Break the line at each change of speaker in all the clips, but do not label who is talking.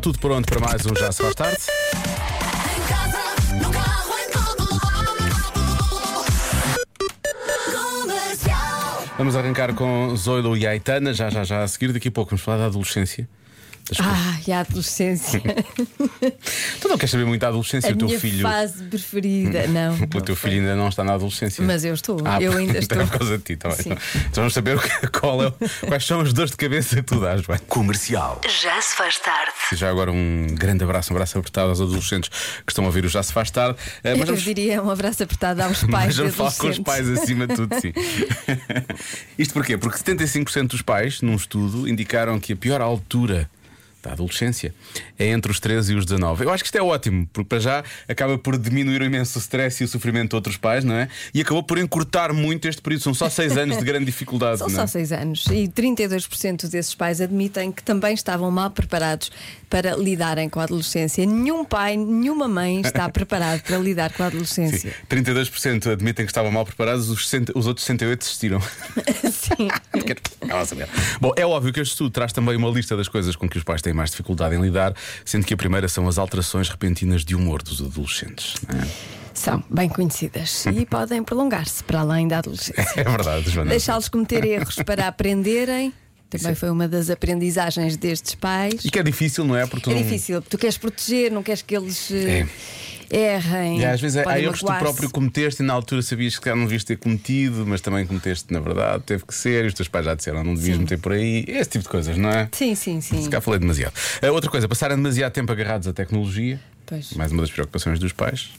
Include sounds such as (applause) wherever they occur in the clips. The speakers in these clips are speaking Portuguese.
Tudo pronto para mais um Já Se Faz Tarde.
Em casa, no carro, em todo lado. Comercial.
Vamos arrancar com Zoilo e Aitana, já já já a seguir. Daqui a pouco vamos falar da adolescência. Das coisas.
Ah, e a adolescência.
Tu não queres saber muito da adolescência?
a
o teu (laughs)
minha
filho.
fase preferida. Não.
(laughs) O teu filho ainda não está na adolescência.
Mas eu estou,
Ah,
eu
(laughs) então
ainda estou.
É por causa de ti também.
Sim.
Então vamos saber o que- qual é, o- quais são as dores de cabeça que tu dás, vai.
Comercial.
Já se faz tarde.
E Já agora um grande abraço, um abraço apertado aos adolescentes que estão a ouvir o Já Se Faz Tarde. Eh,
eu diria um abraço apertado aos
(laughs)
pais.
Mas vamos
de
falar com os
adolescentes.
pais acima de tudo,
(laughs)
sim. Isto porquê? Porque 75% dos pais, num estudo, indicaram que a pior altura da adolescência é entre os 13 e os 19. Eu acho que isto é ótimo, porque para já acaba por diminuir imenso o stress e o sofrimento de outros pais, não é? E acabou por encurtar muito este período. São só 6 anos de grande dificuldade,
São
não é?
só 6 anos e 32% desses pais admitem que também estavam mal preparados para lidarem com a adolescência. Nenhum pai, nenhuma mãe
(laughs)
está preparado para lidar com a
Sim.
adolescência.
32% admitem que estavam mal preparados, os, 60 os outros 68 desistiram.
(laughs) Sim.
(laughs) Não a saber. Bom, é óbvio que este estudo traz também uma lista das coisas com que os pais têm mais dificuldade em lidar, sendo que a primeira são as alterações repentinas de humor dos adolescentes. não é?
São bem conhecidas e podem prolongar-se para além da
(laughs)
adolescência.
É, É verdade, Joana.
Deixá-los cometer erros para aprenderem. Também foi uma das aprendizagens destes pais.
E que é difícil, não é? Porque tu
É
não-
difícil, tu queres proteger, não queres que eles eh, errem.
É. E às vezes "Ah, há
podem
erros que tu
magoar-se.
próprio cometeste e na altura sabias que calhar não devias ter cometido, mas também cometeste, na verdade, teve que ser, e os teus pais já disseram, não devias meter por aí, esse tipo de coisas, não é?
Sim, sim, sim.
Se cá falei demasiado. Ah, outra coisa, passaram demasiado tempo agarrados à tecnologia.
Pois.
Mais uma das preocupações dos pais.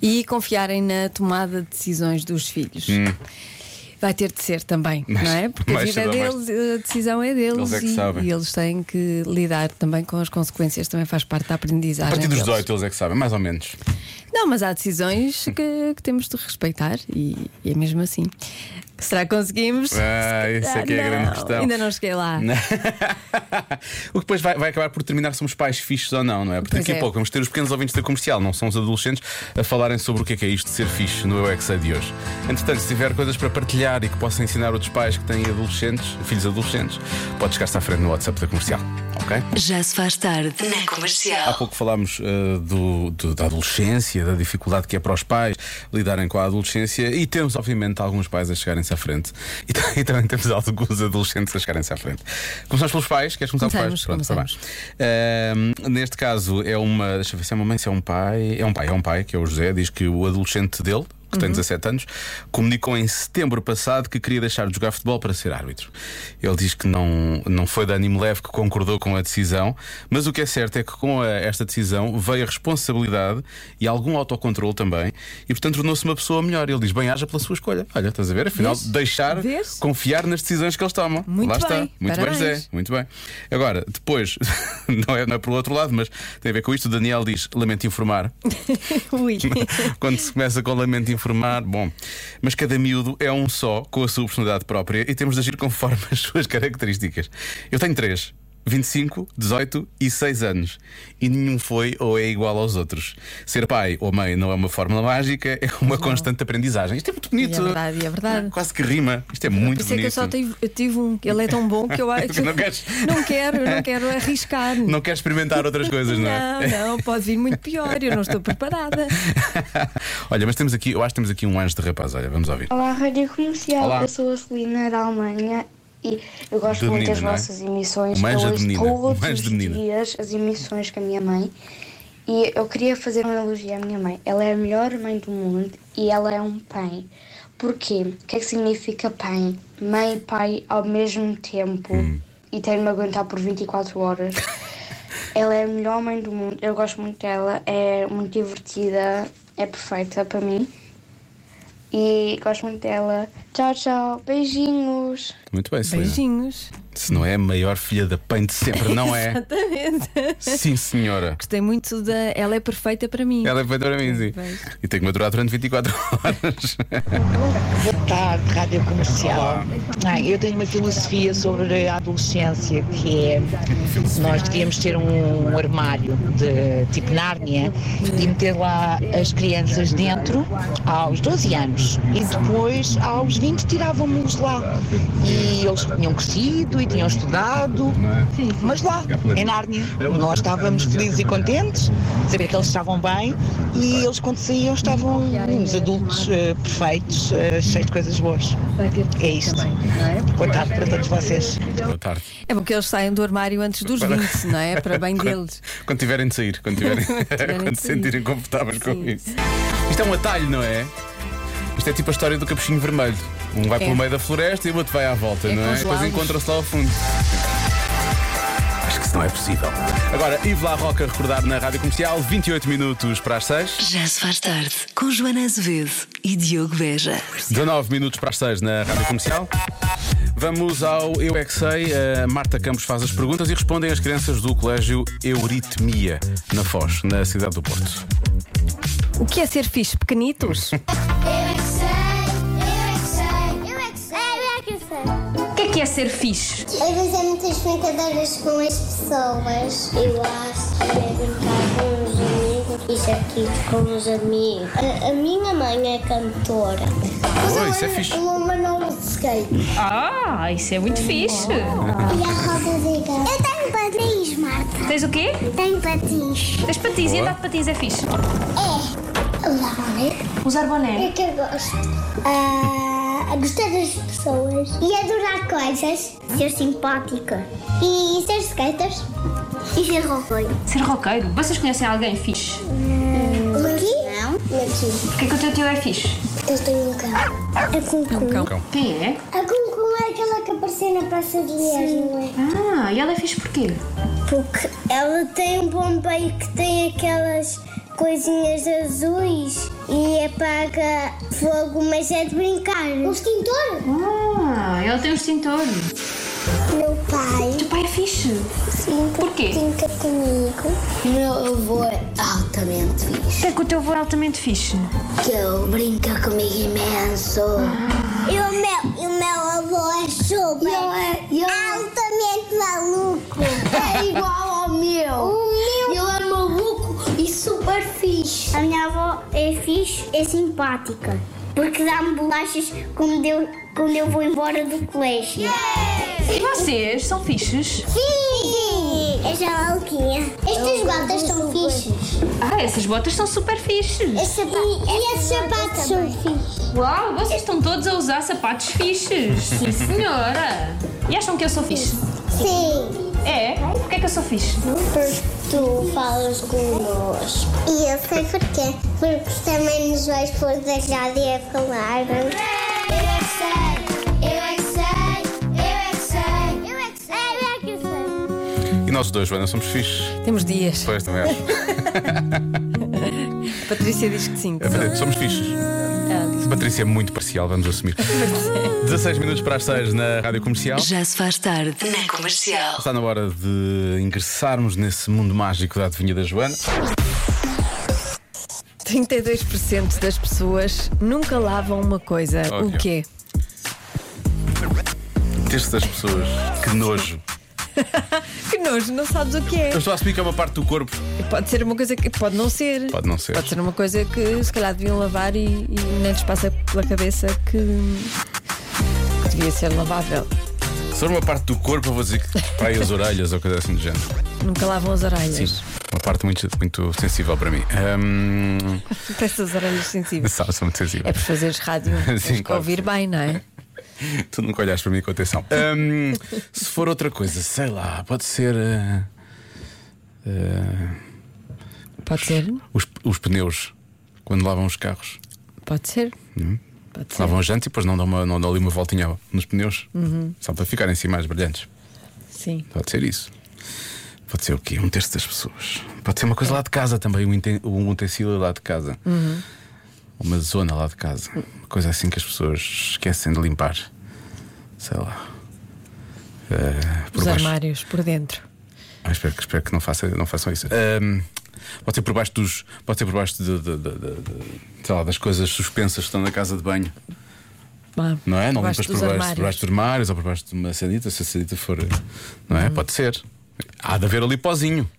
E confiarem na tomada de decisões dos filhos. Vai ter de ser também,
Mais-
não é? Porque a
Hum. mais
vida é
cedo ou mais
deles, a decisão é deles
Eles é que
e,
sabem.
e eles têm que lidar também com as consequências, também faz parte da aprendizagem.
A partir dos
deles.
18 eles é que sabem, mais ou menos.
Não, mas há decisões que, que temos de respeitar e, e é mesmo assim. Será que conseguimos?
Ah,
Se
isso é
calhar
que é a grande
não.
questão. (laughs)
Ainda não cheguei lá.
o que depois vai, vai acabar por determinar se somos pais fixos ou não, não é? Porque
Pois
daqui a
é.
pouco vamos ter os pequenos ouvintes da comercial, não são os adolescentes, a falarem sobre o que é, que é isto de ser fixe no EUXA de hoje. Entretanto, se tiver coisas para partilhar e que possa ensinar outros pais que têm adolescentes, filhos adolescentes, pode chegar-se à frente no WhatsApp da comercial, ok?
Já se faz tarde na
Há
comercial.
pouco falámos eh, do- do- da adolescência, da dificuldade que é para os pais lidarem com a adolescência e temos, obviamente, alguns pais a chegarem-se à frente e, ta- e (laughs) também temos alguns adolescentes a chegarem-se à frente. Começamos pelos pais, queres começar pelos pais?
Começamos,
tá
começamos.
bem. Ahm, neste caso é uma. Deixa eu ver se é uma mãe, se é um pai. É um pai, é um pai, que é o José, diz que o adolescente dele. Que
Uhum.
tem 17 anos, comunicou em setembro passado que queria deixar de jogar futebol para ser árbitro. Ele diz que não, não foi de ânimo leve que concordou com a decisão, mas o que é certo é que com a- esta decisão veio a responsabilidade e algum autocontrole também, e portanto tornou-se uma pessoa melhor. Ele diz: bem, haja pela sua escolha. Olha, estás a ver? Afinal,
Vês?
deixar,
Vês?
confiar nas decisões que eles tomam.
Muito
Lá está.
bem.
Muito
Parabéns.
bem, José. Muito bem. Agora, depois, (laughs) não é, não é pelo outro lado, mas tem a ver com isto. O Daniel diz: lamento
(laughs)
informar.
Ui.
Quando se começa com lamento informar, bom. Mas cada miúdo é um só, com a sua personalidade própria, e temos de agir conforme (laughs) as suas características. Eu tenho três. 25, 18 e 6 anos. E nenhum foi ou é igual aos outros. Ser pai ou mãe não é uma fórmula mágica, é uma constante aprendizagem. Isto é muito bonito.
E é verdade, e é verdade.
Quase que rima. Isto é muito
Por isso é
bonito.
que eu só tive, eu tive um. Ele é tão bom
(laughs)
que eu acho.
Porque
(laughs)
não queres.
Não quero, eu não quero arriscar.
(laughs) Não quer experimentar outras coisas, não é?
Não, não, pode vir muito pior, eu não
(laughs)
estou preparada.
olha, mas temos aqui, eu acho que temos aqui um anjo de rapaz, olha, vamos
Oh,
ouvir.
Olá, Rádio Comercial.
Olá.
Eu sou a Celina da Alemanha e eu gosto
De
muito das
menina, não é?
vossas emissões.
Uma
eu
anja de
ouço
menina,
todos
uma anja de
os
menina.
dias as emissões com a minha mãe e eu queria fazer um elogio à minha mãe. Ela é a melhor mãe do mundo e ela é um pai. Porquê? O que é que significa pai? Mãe e pai ao mesmo tempo
Hum.
e tem-me a aguentar por
(laughs)
24 horas. Ela é a melhor mãe do mundo, eu gosto muito dela, é muito divertida, é perfeita para mim. E gosto muito dela. Tchau, tchau. Beijinhos.
Muito bem, Celina.
Beijinhos.
Se não é a maior filha da PAN de sempre, não é?
Exatamente.
Sim, senhora.
Gostei muito da. Ela é perfeita para mim.
Ela é feita mim, sim.
Beijo.
E tem que maturar durante 24 (laughs) horas.
Boa tarde, Rádio Comercial. Ah, eu tenho uma filosofia sobre a adolescência, que é nós devíamos ter um, armário de tipo Nárnia e meter lá as crianças dentro aos 12 anos. E depois, aos 20, tiravam-nos lá. E eles tinham crescido e e tinham estudado, mas lá, em Nárnia, nós estávamos felizes e contentes, saber que eles estavam bem e eles quando saíam estavam uns adultos eh, perfeitos, eh, cheios de coisas boas. É isto. Boa tarde para todos vocês.
Boa tarde.
É porque eles saem do armário antes dos 20, não é? Para
(laughs)
bem deles.
Quando, quando tiverem de sair, quando,
(laughs)
tiverem, (laughs)
tiverem
quando
de
se
sair.
sentirem confortáveis com
Sim.
isso. Isto é um atalho, não é? Isto é tipo a história do capuchinho vermelho. Um vai
É.
pelo meio da floresta e o outro vai à volta,
É
não
com
é?
os
Depois
lagos.
encontra-se lá ao fundo. Acho que isso não é possível. Agora, Ivo La Roca recordar na rádio comercial, 28 minutos para as 6.
Já se faz tarde com Joana Azevedo e Diogo Veja.
19 minutos para as 6 na Rádio Comercial. Vamos ao Eu É Que Sei. A Marta Campos faz as perguntas e respondem as crianças do Colégio Euritmia, na Foz, na cidade do Porto.
O que é ser fixe? Pequenitos?
Eu é que sei, eu é que sei.
O que é que é ser fixe?
Eu fazer muitas brincadeiras com as pessoas. Eu acho que é brincar com os amigos. Isso aqui com os amigos. A, a minha mãe é cantora. Mas
Oh,
eu
isso é
ando-
fixe.
eu amo andar de skate.
Ah, isso é muito fixe.
E a roda de gato. Eu tenho patins, Marta.
Tens o quê?
Tenho patins.
Tens patins e
Boa.
andar de patins é fixe.
É. Lá,
Usar
O
boné.
É que eu gosto? Ah, a gostar das pessoas e adorar coisas, ser simpática e ser skaters e ser roqueiro.
Ser roqueiro. Vocês conhecem alguém fixe?
Aqui? Hum. Não. Aqui.
Porquê que o teu tio é fixe?
Eu tenho um cão. A Cuncum.
Quem é?
A Cuncum é aquela que apareceu na Praça de Linhas, não é?
Ah, e ela é fixe porquê?
Porque ela tem um bombeio que tem aquelas coisinhas azuis e apaga fogo, mas é de brincar. Um extintor?
Ah, ela tem um extintor. O
Meu pai.
teu pai é fixe.
Sim,
Porquê?
Brinca comigo. Meu avô é altamente fixe.
Porquê que o teu avô é altamente fixe?
Que ele brinca comigo imenso. E o meu, e o meu avô é super. é, altamente maluco. É igual ao meu. O meu. Ele é maluco e super fixe. A minha avó é fixe, é simpática. Porque dá-me bolachas quando eu, quando eu vou embora do colégio.
E vocês são fixes?
Sim! Esta é a Alquinha. Estas botas são fixes.
Ah, essas botas são super fixes.
e, esses sapatos são fixes.
Uau, vocês estão todos a usar sapatos fixes. Sim, senhora. E acham que eu sou fixe?
Sim.
É? Porquê que eu sou fixe?
Porque tu falas connosco. E eu sei porquê. Porque também nos vais pôr da grade a falar. Eu é que sei. Eu é que sei. Eu é que sei. Eu é que sei. Eu é que sei.
E nós dois, Joana, somos fixes.
Temos dias.
Pois também acho.
Patrícia diz que sim. que
É
são.
verdade, somos fixes.
Ah, diz-
Patrícia é muito parcial, vamos assumir. 16 minutos para as 6 na Rádio Comercial.
Já se faz tarde na comercial.
Está na hora de ingressarmos nesse mundo mágico da adivinha da Joana.
32% das pessoas nunca lavam uma coisa.
Óbvio.
O quê?
Terço das pessoas. Que nojo.
Que nojo, não sabes o que é.
Eu estou a assumir que é uma parte do corpo.
Pode ser uma coisa que pode não ser.
Pode não ser.
Pode ser uma coisa que se calhar deviam lavar e, e nem lhes passa pela cabeça que, que devia ser lavável.
Se for uma parte do corpo, eu vou dizer que vai as orelhas ou coisa assim do género.
Nunca lavam as orelhas. (laughs)
Uma parte muito, muito sensível para mim. Hum, (laughs)
Tens as orelhas sensíveis.
sabe, sou muito sensível.
É por fazeres rádio.
(laughs) Sim,
Tens que
claro.
ouvir bem, não é?
Tu nunca olhaste para mim com atenção. Hum, se for outra coisa, sei lá, pode ser. eh, eh,
Pode ser.
os, os pneus, quando lavam os carros.
Pode ser. Pode ser.
Hum? Lavam os jantes e depois não dão, uma, não dão ali uma voltinha nos pneus. Só para ficarem assim mais brilhantes.
Sim.
Pode ser isso. Pode ser o quê? Um terço das pessoas. Pode ser uma coisa lá de casa também, um inten- um utensílio lá de casa. Uma zona lá de casa. Uma coisa assim que as pessoas esquecem de limpar. Sei lá. Eh, por
Os
baixo-
armários por dentro.
Ah, espero, que, espero que não, faça, não façam isso. Ahm, pode ser por baixo dos. Pode ser por baixo de, de- de- de- de- sei lá, das coisas suspensas que estão na casa de banho.
Ah,
Não é? Não
por
limpas
baixo
por baixo,
dos
por
armários.
baixo de armários ou por baixo de uma sanita, se a sanita for. Não
Uhum.
é? Pode ser. Há de haver ali
(laughs)
pozinho.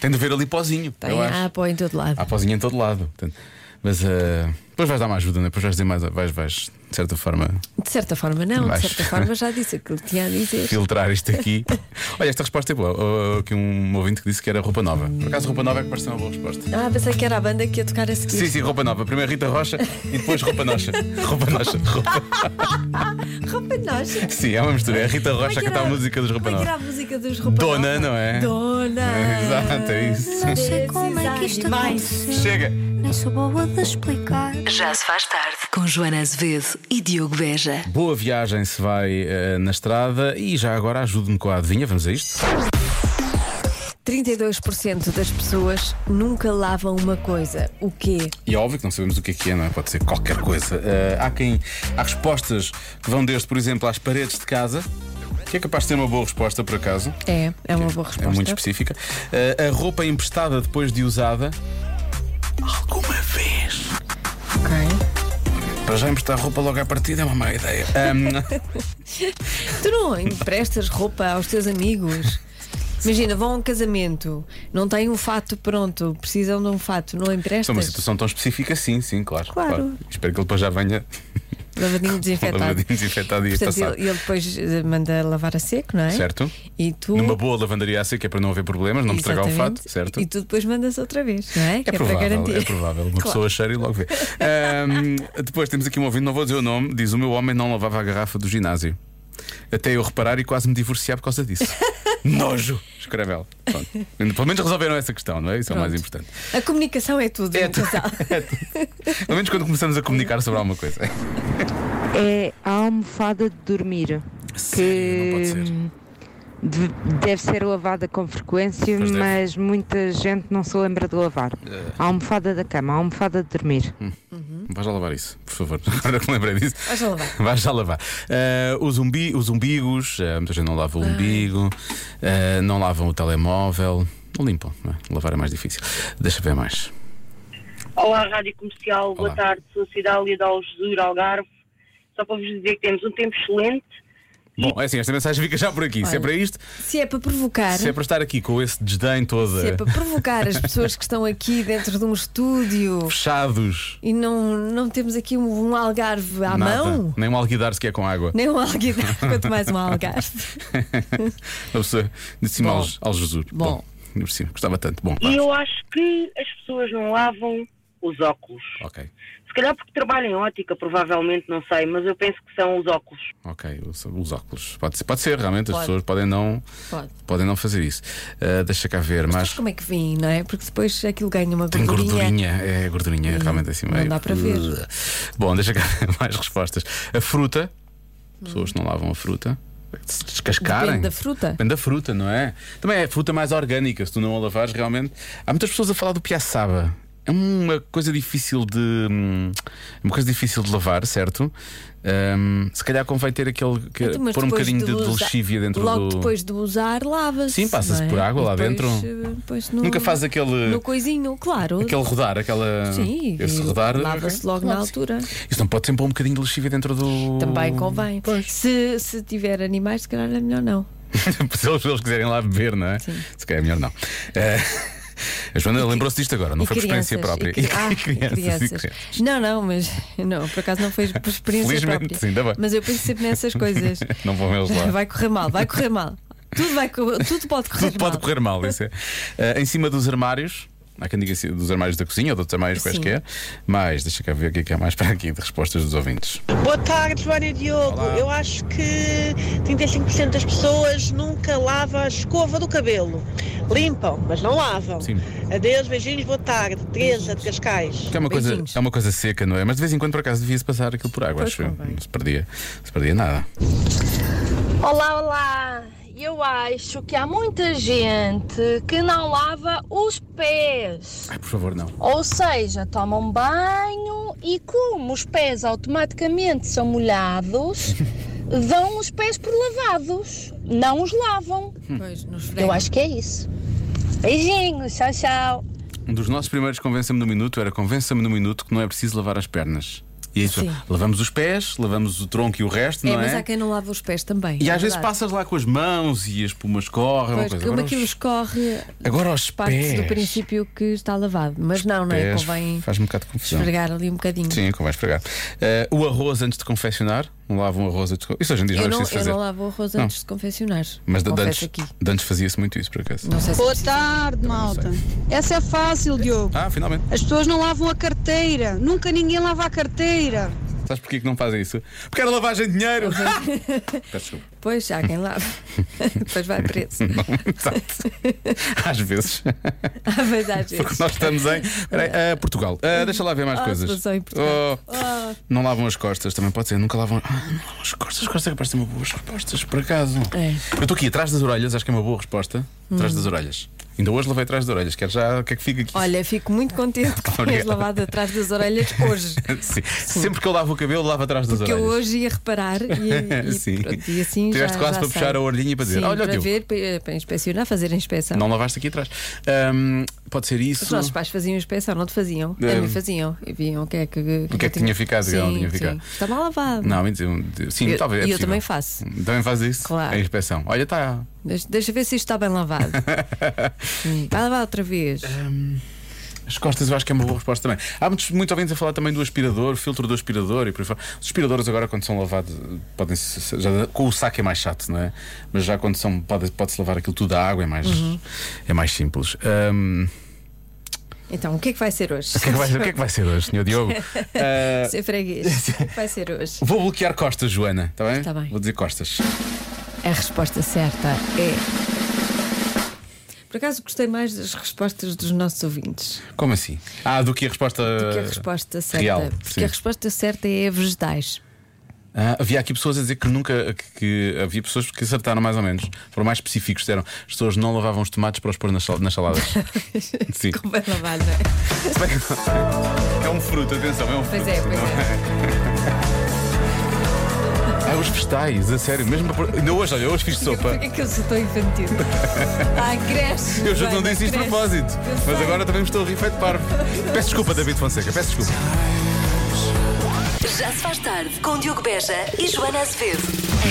Tem de haver ali pozinho.
Tem,
eu acho.
ah, põe em todo lado.
Há pozinho em todo lado. Portanto, Mas eh, depois vais dar uma ajuda, né? depois vais dizer mais, vais, vais, de certa forma,
De certa forma, não.
Vais.
De certa forma, já disse aquilo que tinha
(laughs)
a dizer.
filtrar isto
(laughs)
aqui. Olha, esta resposta é boa. Oh, oh, Aqui um ouvinte que disse que era roupa nova. Por acaso, roupa nova é que parece uma boa resposta.
Ah, pensei que era a banda que ia tocar a seguir.
Sim, sim, roupa nova. Primeiro Rita Rocha e depois roupa nocha. Roupa nocha. Roupa...
Roupa nossa.
Sim, é uma mistura. É a Rita
Como é
Rocha
que
a cantar a
era-
música dos roupa
Como é que era
nova.
a música dos roupa
Dona,
nova?
não é?
Dona.
Exato, é isso.
Não sei como é que isto
Animais.
aconteceu.
Chega.
Nem sou boa de explicar.
Já se faz tarde com Joana Azevedo e Diogo Beja.
Boa viagem se vai eh, na estrada e já agora ajude-me com a adivinha, vamos a isto?
32% das pessoas nunca lavam uma coisa. O quê?
E é óbvio que não sabemos o que é que é, não é? Pode ser qualquer coisa. Eh, há quem. Há respostas que vão desde, por exemplo, às paredes de casa, que é capaz de ter uma boa resposta por acaso.
É, é uma boa resposta.
É muito específica. Eh, a roupa emprestada depois de usada. Alguma vez.
Ok.
Para já emprestar roupa logo à partida é uma má ideia.
(laughs)
Ahm,
Tu não emprestas roupa aos teus amigos? Imagina, vão a um casamento, não têm um fato pronto, precisam de um fato, não
Isto é uma
emprestas?
situação tão específica, sim, sim, claro.
Claro.
Espero que ele depois já venha (laughs)
Lavadinho desinfetado.
um lavadinho, desinfetado e
Portanto,
passado.
ele, ele depois eh, manda lavar a seco, não é?
Certo.
E tu.
Numa boa lavandaria assim, que é para não haver problemas, não me estragar o
Exatamente.
fato, certo?
E tu depois mandas outra vez, não é?
É
que é para
provável,
garantir.
é provável. Uma
Claro.
pessoa cheira e logo vê. Ahm, depois temos aqui um ouvinte, não vou dizer o nome, diz: O meu homem não lavava a garrafa do ginásio. Até eu reparar e quase me divorciar por causa
(laughs)
disso. Nojo! Escreve ela. Pronto. Pelo menos resolveram essa questão, não é? Isso é o mais
Pronto.
importante.
A comunicação é tudo.
É
no
tudo.
casal.
Pelo menos quando começamos a comunicar sobre alguma coisa.
É a almofada de dormir.
Sério, não pode ser.
hum, de- deve ser lavada com frequência,
Pois deve.
mas muita gente não se lembra de lavar.
É.
A almofada da cama, a almofada de dormir.
Hum.
Vais já lavar isso, por favor. (laughs) Agora que me lembrei disso.
Vais já lavar.
Vais já lavar. Ah, os, umbi os umbigos, ah, muita gente não lava o umbigo, ah, não lavam o telemóvel. Não limpam, não é? lavar é mais difícil. Deixa ver mais.
Olá, Rádio Comercial, boa
Olá.
tarde, sou a Cidália de Algesur, Algarve. Só para vos dizer que temos um tempo excelente.
Bom, é assim, esta mensagem fica já por aqui. Se é
Olha.
para isto,
Se é para provocar.
se é para estar aqui com esse desdém todo
se é para provocar as pessoas que estão aqui dentro de um estúdio
fechados,
e não, não temos aqui um, um algarve à
nada,
mão,
nem um alguidar sequer com
(laughs)
água.
nem um alguidar, quanto mais um algarve.
A pessoa de cima
Bom.
ao, ao Jesus.
Bom.
ainda por cima, gostava tanto. Bom,
E
vá.
eu acho que as pessoas não lavam os óculos.
ok,
Se calhar porque trabalham em ótica, provavelmente, não sei, mas eu penso que são os óculos.
ok. Os, os óculos. Pode ser, pode ser realmente, as
Pode.
pessoas podem não.
Pode.
Podem não fazer isso. Ah, deixa cá ver,
Mas
mas.
como é que vem, não é? Porque depois aquilo ganha uma
Tem
gordurinha.
gordurinha, é gordurinha, realmente assim
não
meio.
dá para ver.
Bom, deixa cá ver (laughs) mais respostas. A fruta, pessoas que não lavam a fruta, de se descascarem.
Depende da fruta.
Depende da fruta, não é? Também é a fruta mais orgânica, se tu não a lavares realmente. Há muitas pessoas a falar do piaçaba. É uma coisa difícil de. hum, Uma coisa difícil de lavar, certo? Hum, se calhar convém ter aquele. Que,
Então, mas
pôr um
depois
bocadinho de, de
usar-
lexívia dentro
Logo
do.
depois de usar, lava-se.
Sim, passa-se
não é?
por água
E
lá
depois,
dentro.
eh, depois no-
Nunca faz aquele.
No coisinho, claro.
Aquele rodar, aquela.
Sim,
esse né?
e
rodar.
lava-se logo na altura.
Isso não pode sempre pôr um bocadinho de lexívia dentro do.
Também convém. Se, se tiver animais, se calhar é melhor não.
(laughs) se eles, eles quiserem lá beber, não é?
Sim.
Se calhar é melhor não. Eh, a Joana lembrou-se disto agora, não
E
foi por experiência
crianças,
própria.
e cri- ah,
(laughs)
e
e
crianças.
crianças.
Não, não, mas não, por acaso não foi por experiência
Felizmente,
própria.
sim, ainda bem.
Mas eu penso sempre nessas coisas.
(laughs) Não vão eles lá.
Vai correr mal, vai correr mal. Tudo, vai, co- tudo pode correr
Tudo pode
mal.
correr mal, isso é. Eh, em cima dos armários. Há quem diga assim, dos armários da cozinha ou de outros armários
Sim.
quaisquer. Mas deixa cá ver o que é que há mais para aqui de respostas dos ouvintes.
Boa tarde, Joana e Diogo.
Olá.
Eu acho que 35% das pessoas nunca lavam a escova do cabelo. Limpam, mas não lavam.
Sim.
Adeus, beijinhos, boa tarde. Teresa de Cascais.
Que é uma, coisa,
Beijinhos.
é uma coisa seca, não é? Mas de vez em quando, por acaso, devia-se passar aquilo por água,
Pois
acho eu.
convém.
Não se perdia, não se perdia nada.
Olá, olá! Eu acho que há muita gente que não lava os pés.
Ai, por favor, não.
Ou seja, tomam banho e, como os pés automaticamente são molhados, dão os pés por lavados. Não os lavam.
Pois, nos
Eu
frangos.
acho que é isso. Beijinhos, tchau, tau.
Um dos nossos primeiros convença-me no minuto era convença-me no minuto que não é preciso lavar as pernas. E isso,
Sim.
lavamos os pés, lavamos o tronco e o resto,
É,
não é?
mas há quem não lava os pés também.
E
é
às vezes
verdade.
passas lá com as mãos e a espuma escorre. é uma
Pois,
coisa.
como
Agora
aquilo
os
escorre,
agora aos
parte do
pés.
princípio que está lavado. Mas não, não é?
pés
Convém
Faz-me um bocado de confusão.
esfregar ali um bocadinho.
Sim, convém esfregar. Eh, o arroz antes de confeccionar. Não lavam arroz antes de confeccionar. Isso hoje em dia já
Eu
não é
não,
preciso
eu
fazer.
não lavo o arroz
Não.
antes de confeccionar.
Mas de, de
Confesso
antes,
aqui.
de antes fazia-se muito isso, por acaso.
Não sei
Boa tarde, malta. Essa é fácil, Diogo.
Ah, finalmente.
As pessoas não lavam a carteira. Nunca ninguém lava a carteira.
Sabes porquê que não fazem isso? Porque era lavagem de dinheiro.
é.
Peço desculpa.
Pois, há quem lave. Depois vai preso.
(laughs) Não, exato.
(laughs)
Às vezes.
Ah, mas às
Porque
vezes.
nós estamos em peraí, eh, Portugal. Eh, deixa lá ver mais
Ah,
coisas.
situação em Portugal.
Oh, Não lavam as costas, também pode ser. Nunca lavam. Ah, não lavam as costas. As costas é que parece uma boa resposta, por acaso.
É.
Eu estou aqui atrás das orelhas, acho que é uma boa resposta. Atrás
Hum.
das orelhas. Ainda hoje lavei atrás das orelhas. Quero já. O que é que fica aqui?
Olha, fico muito contente que tenhas
Obrigado.
lavado atrás das orelhas hoje.
(laughs) (laughs) Sim. Sempre que eu lavo o cabelo, lavo atrás das
Porque eu
orelhas.
hoje ia reparar e, e
(laughs) Sim.
pronto, e assim
Tiveste
já,
quase
já
para
sei.
puxar a orelhinha para dizer,
Sim,
"Olha o
para
Diogo."
ver, para para inspecionar, fazer a inspeção.
Não lavaste aqui atrás. Ahm, pode ser isso.
Os nossos pais faziam inspeção, não te faziam?
É.
A mim faziam. E viam o que é que,
O que é que tinha ficado? o que
Sim,
não tinha
sim.
ficado.
Está mal lavado.
Não, mentira, eu- sim,
Eu-
talvez. é
e eu
possível.
também faço.
Também faz isso?
Claro.
A inspeção. Olha, tá. está.
Deixa, deixa ver se isto está bem
(laughs)
lavado. Hum, Vai lavar outra vez.
As costas eu acho que é uma boa resposta também. Há muitos, muito ouvintes a falar também do aspirador, filtro do aspirador e por aí fora. Os aspiradores agora, quando são lavados, podem já, com o saco é mais chato, não é? Mas já quando são, pode- pode-se lavar aquilo tudo à água, é mais,
Uhum.
é mais simples. Ahm,
Então, o que é que vai ser hoje?
o, que é que vai, o que é que vai ser hoje, senhor
(laughs)
Diogo? (laughs) Ah, (laughs)
Ser freguês. O que é que vai ser hoje?
vou bloquear costas, Joana, está bem?
Está Tá bem.
Vou dizer costas.
A resposta certa é. Por acaso gostei mais das respostas dos nossos ouvintes
Como assim? Ah, do que a resposta.
do que a resposta certa.
real,
porque
sim.
a resposta certa é vegetais.
Ah, havia aqui pessoas a dizer que nunca. Que, que- havia pessoas que acertaram mais ou menos. Foram mais específicos, disseram. As pessoas não lavavam os tomates para os pôr nas, sal- nas
(laughs)
saladas. Sim.
Com bem lavado, não é?
Se bem que- É um fruto, atenção, é um fruto.
Pois é, pois
(laughs) Ah, os vegetais, a sério, mesmo. para pôr- Ainda hoje, olha, hoje fiz sopa.
Porquê que eu sou tão
(laughs)
infantil? Ah, cresce.
Eu já
Vai,
não disse isto de
cresce.
propósito,
Eu
mas
sei.
agora também me estou a rir feito parvo. Peço desculpa, David Fonseca, peço desculpa.
Já se faz tarde com Diogo Beja e Joana Azevedo.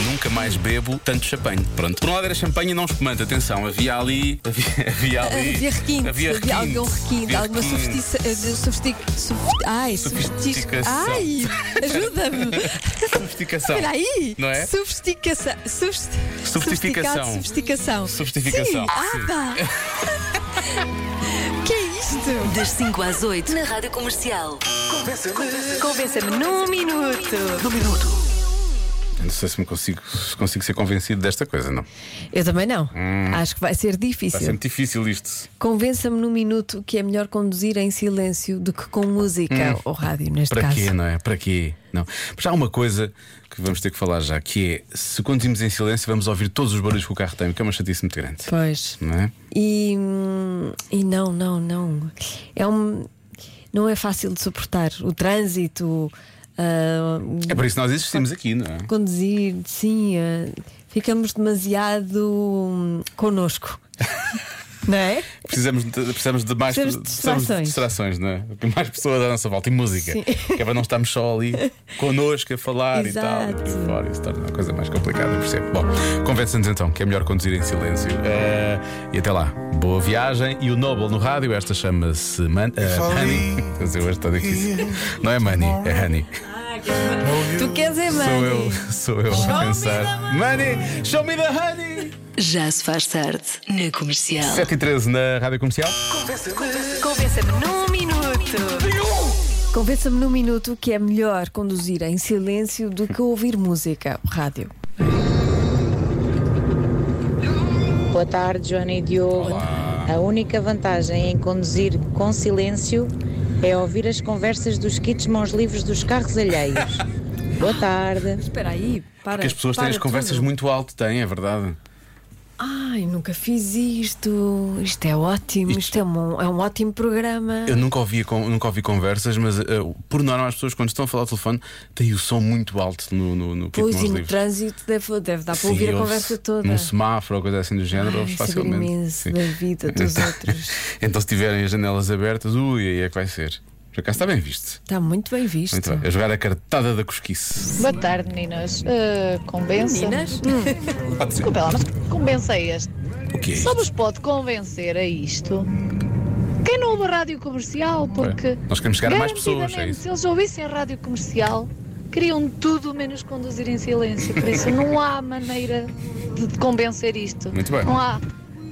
Nunca mais bebo tanto champanhe. Pronto, por um lado era champanhe e não espumante, atenção, havia ali. Havia, havia ali.
Havia requinte, havia,
requinte,
algum requinte,
havia
alguma
requinte.
sofistica. sofistic, sof- ai, sofistic,
Sofisticação.
ai, ajuda-me.
Sofisticação.
Espera aí.
Não é?
Sofisticação. sofist-
Sofisticação.
sofisticado, Sofisticação.
Sofisticação,
Sim. Ah,
sim.
dá. que é isto?
Das 5 às 8 na Rádio Comercial.
Convença-me num minuto. Num minuto.
Eu Não sei se me consigo, se consigo ser convencido desta coisa, não.
Eu também não.
Hum.
Acho que vai ser
Está
difícil.
sempre difícil isto.
Convença-me num minuto que é melhor conduzir em silêncio do que com música
Hum.
ou rádio, neste
Para
caso.
quê, não é? Para quê? Não. Mas há uma coisa que vamos ter que falar já, que é se conduzimos em silêncio, vamos ouvir todos os barulhos que o carro tem, que é uma chatice muito grande.
Pois.
Não é?
E, hum, e não, não, não. É um, não é fácil de suportar. O trânsito. ah,
É por isso que nós existimos aqui, não é?
Conduzir, sim. ah, ficamos demasiado hum, connosco. (laughs) não é?
Precisamos de, precisamos de mais
Precisamos de
de distrações, não é? Porque mais pessoas à nossa volta e música.
Sim.
Que é para não estarmos só ali
(laughs)
connosco a falar e
Exato.
tal. E por aí fora, isso torna a coisa mais complicada, eu percebo. Bom, convença-nos então que é melhor conduzir em silêncio. Eh, e até lá, boa viagem. E o Noble no rádio, esta chama-se Man, eh, Honey. Mas eu hoje estou aqui. Não é Money, é Honey.
Ah, Tu queres é
Sou
mãe?
eu, sou eu a pensar. Money, show me the honey!
Já se faz tarde na Comercial.
7 e 13 na rádio comercial.
Convença-me num minuto. Convença-me num minuto que é melhor conduzir em silêncio do que ouvir música, rádio.
Boa tarde, Joana e Diogo. A única vantagem em conduzir com silêncio é ouvir as conversas dos kits mãos livres dos carros
(laughs)
alheios. Boa tarde.
Espera aí, para.
Porque as pessoas têm
É, para
as conversas
tudo.
muito alto, têm, é verdade.
Ai, nunca fiz isto. Isto é ótimo. Isto, é, um, é um ótimo programa.
Eu nunca ouvi, con- nunca ouvi conversas, mas eh, por norma as pessoas quando estão a falar ao telefone têm o som muito alto no, no, no é kit de
Pois,
mãos
e no
livres.
trânsito deve, deve dar para
Sim,
ouvir a
ouve-se
conversa toda.
Num semáforo ou coisa assim do género,
Ai,
ouve
saber
facilmente. (laughs)
imenso da vida dos outros.
Então, se tiverem as janelas abertas, ui, aí é que vai ser. Por acaso está bem visto.
Está Tá muito bem visto.
Muito bem. A jogar a cartada da cosquice.
Boa tarde, meninas. Uh, convença.
Meninas?
Hum.
Pode ser.
Desculpa lá, mas convencei-as.
O que é
Só
isto?
vos pode convencer a isto quem não ouve a rádio comercial, porque.
Nós queremos chegar a mais pessoas, é
é garantidamente,
isso.
Se eles ouvissem a rádio comercial, queriam tudo menos conduzir em silêncio. Por isso, não há maneira de te convencer isto.
Muito bem.
Não há.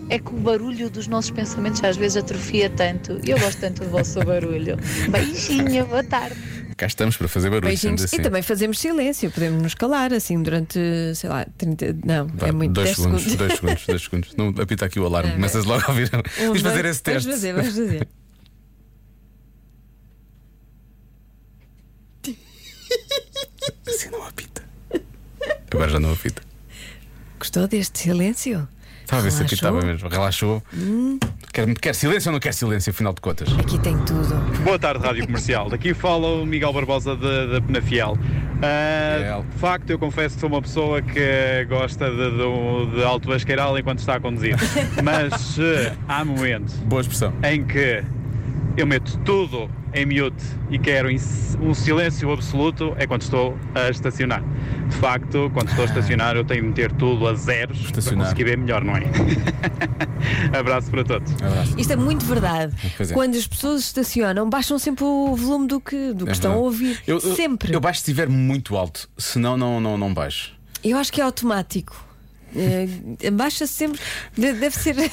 É que o barulho dos nossos pensamentos às vezes atrofia tanto. E eu gosto tanto do vosso barulho. Beijinho, boa tarde.
Cá estamos para fazer barulho.
Beijinhos.
sendo assim.
E também fazemos silêncio, podemos nos calar assim durante, sei lá, 30. Não,
Vá,
é muito
dois
10
segundos, dois segundos, dois segundos. Não apita aqui o alarme. Começas logo a ouvir.
(laughs) Um,
(laughs) Vamos fazer
dois-
esse teste.
Vamos fazer, vamos
(laughs)
fazer.
Assim não apita. Agora já não apita.
Gostou deste silêncio?
Estava a ver Tá, se
Relaxou?
apitava mesmo. Relaxou.
Hum,
Quer, quer silêncio ou não quer silêncio, afinal de contas?
aqui tem tudo.
Boa tarde, Rádio Comercial. Daqui fala o Miguel Barbosa da da Penafiel.
É
Ah, de facto, eu confesso que sou uma pessoa que gosta de, de, de alto basqueiral enquanto está a
(laughs)
conduzir. Mas eh, há momentos
É
em que eu meto tudo em mute e quero em si- um silêncio absoluto é quando estou a estacionar. De facto, quando estou a estacionar, eu tenho de meter tudo a zeros
Estacionar.
para conseguir ver melhor, não é? (laughs) Abraço para todos.
Isto é muito verdade.
Pois é.
Quando as pessoas estacionam, baixam sempre o volume do que, do que
É
estão a
verdade.
ouvir.
Eu, eu-
sempre.
Eu baixo se estiver muito alto, senão não, não, não baixo.
Eu acho que é automático. Eh, Baixa-se sempre. De- Deve ser (laughs)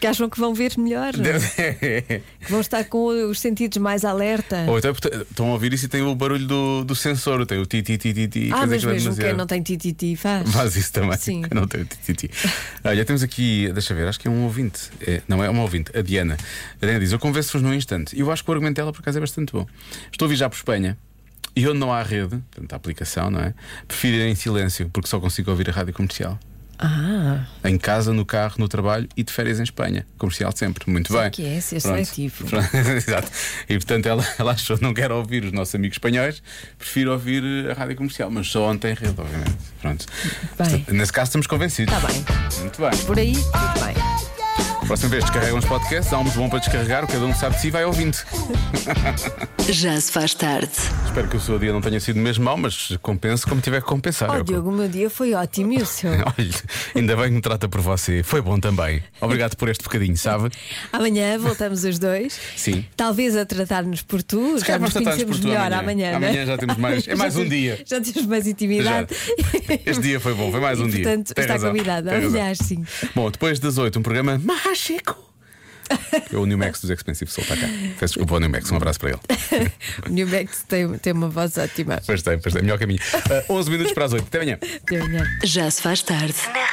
que acham que vão ver melhor.
Deve- (laughs)
Que vão estar com os sentidos mais alerta.
Ou então portanto, estão a ouvir isso e tem o barulho do, do sensor, tem o ti ti ti ti ti.
ah,
faz
mas
aquilo
mesmo quem
demasiado.
não tem tititi faz.
Faz isso também.
Sim.
Não tem ti, ti, ti. Olha, temos aqui, deixa ver, acho que é um ouvinte. É, não, é uma ouvinte, a Diana. A Diana diz: Eu convenço-vos num instante. E eu acho que o argumento dela, por acaso, é bastante bom. Estou a viajar por Espanha e onde não há rede, portanto, a aplicação, não é? Prefiro ir em silêncio porque só consigo ouvir a rádio comercial.
Ah,
Em casa, no carro, no trabalho e de férias em Espanha. Comercial sempre. Muito
Sei
bem.
que é, ser
Pronto.
seletivo.
Pronto, (laughs) Exato. E portanto ela, ela achou: não quero ouvir os nossos amigos espanhóis, prefiro ouvir eh, a rádio comercial, mas só ontem rede, obviamente. Pronto.
bem.
Portanto, Nesse caso estamos convencidos.
Está tá bem.
Muito bem.
Por aí, tudo bem.
Próxima vez descarregam os podcasts, há um bom para descarregar, cada um sabe de si e vai ouvindo.
Já se faz tarde.
Espero que o seu dia não tenha sido mesmo mau, mas compense como tiver que compensar.
Oh,
Eu- (laughs)
Diogo, o meu dia foi ótimo e o seu?
Olhe, ainda bem que me trata por você. Foi bom também. Obrigado por este bocadinho, sabe?
Amanhã voltamos os dois.
Sim.
Talvez a tratar-nos por tu,
Se
já
calhar
nos
vamos tratar-nos por
conhecemos
tu
melhor
amanhã.
amanhã.
Amanhã já temos mais- é mais um dia.
(laughs) Já temos mais intimidade.
(laughs) Este dia foi bom, foi mais um dia.
Portanto,
Tem
está
razão,
convidada.
tem razão.
Amanhã às 5.
Bom, depois das 8, um
(laughs)
programa mágico. É o New Max dos Expensive Soul, está cá. Peço desculpa ao New Max, um abraço para ele.
O New Max tem, tem uma voz ótima.
Pois tem, pois tem, melhor caminho. Ah, 11 minutos para as 8, até amanhã.
Até amanhã.
Já se faz tarde. Na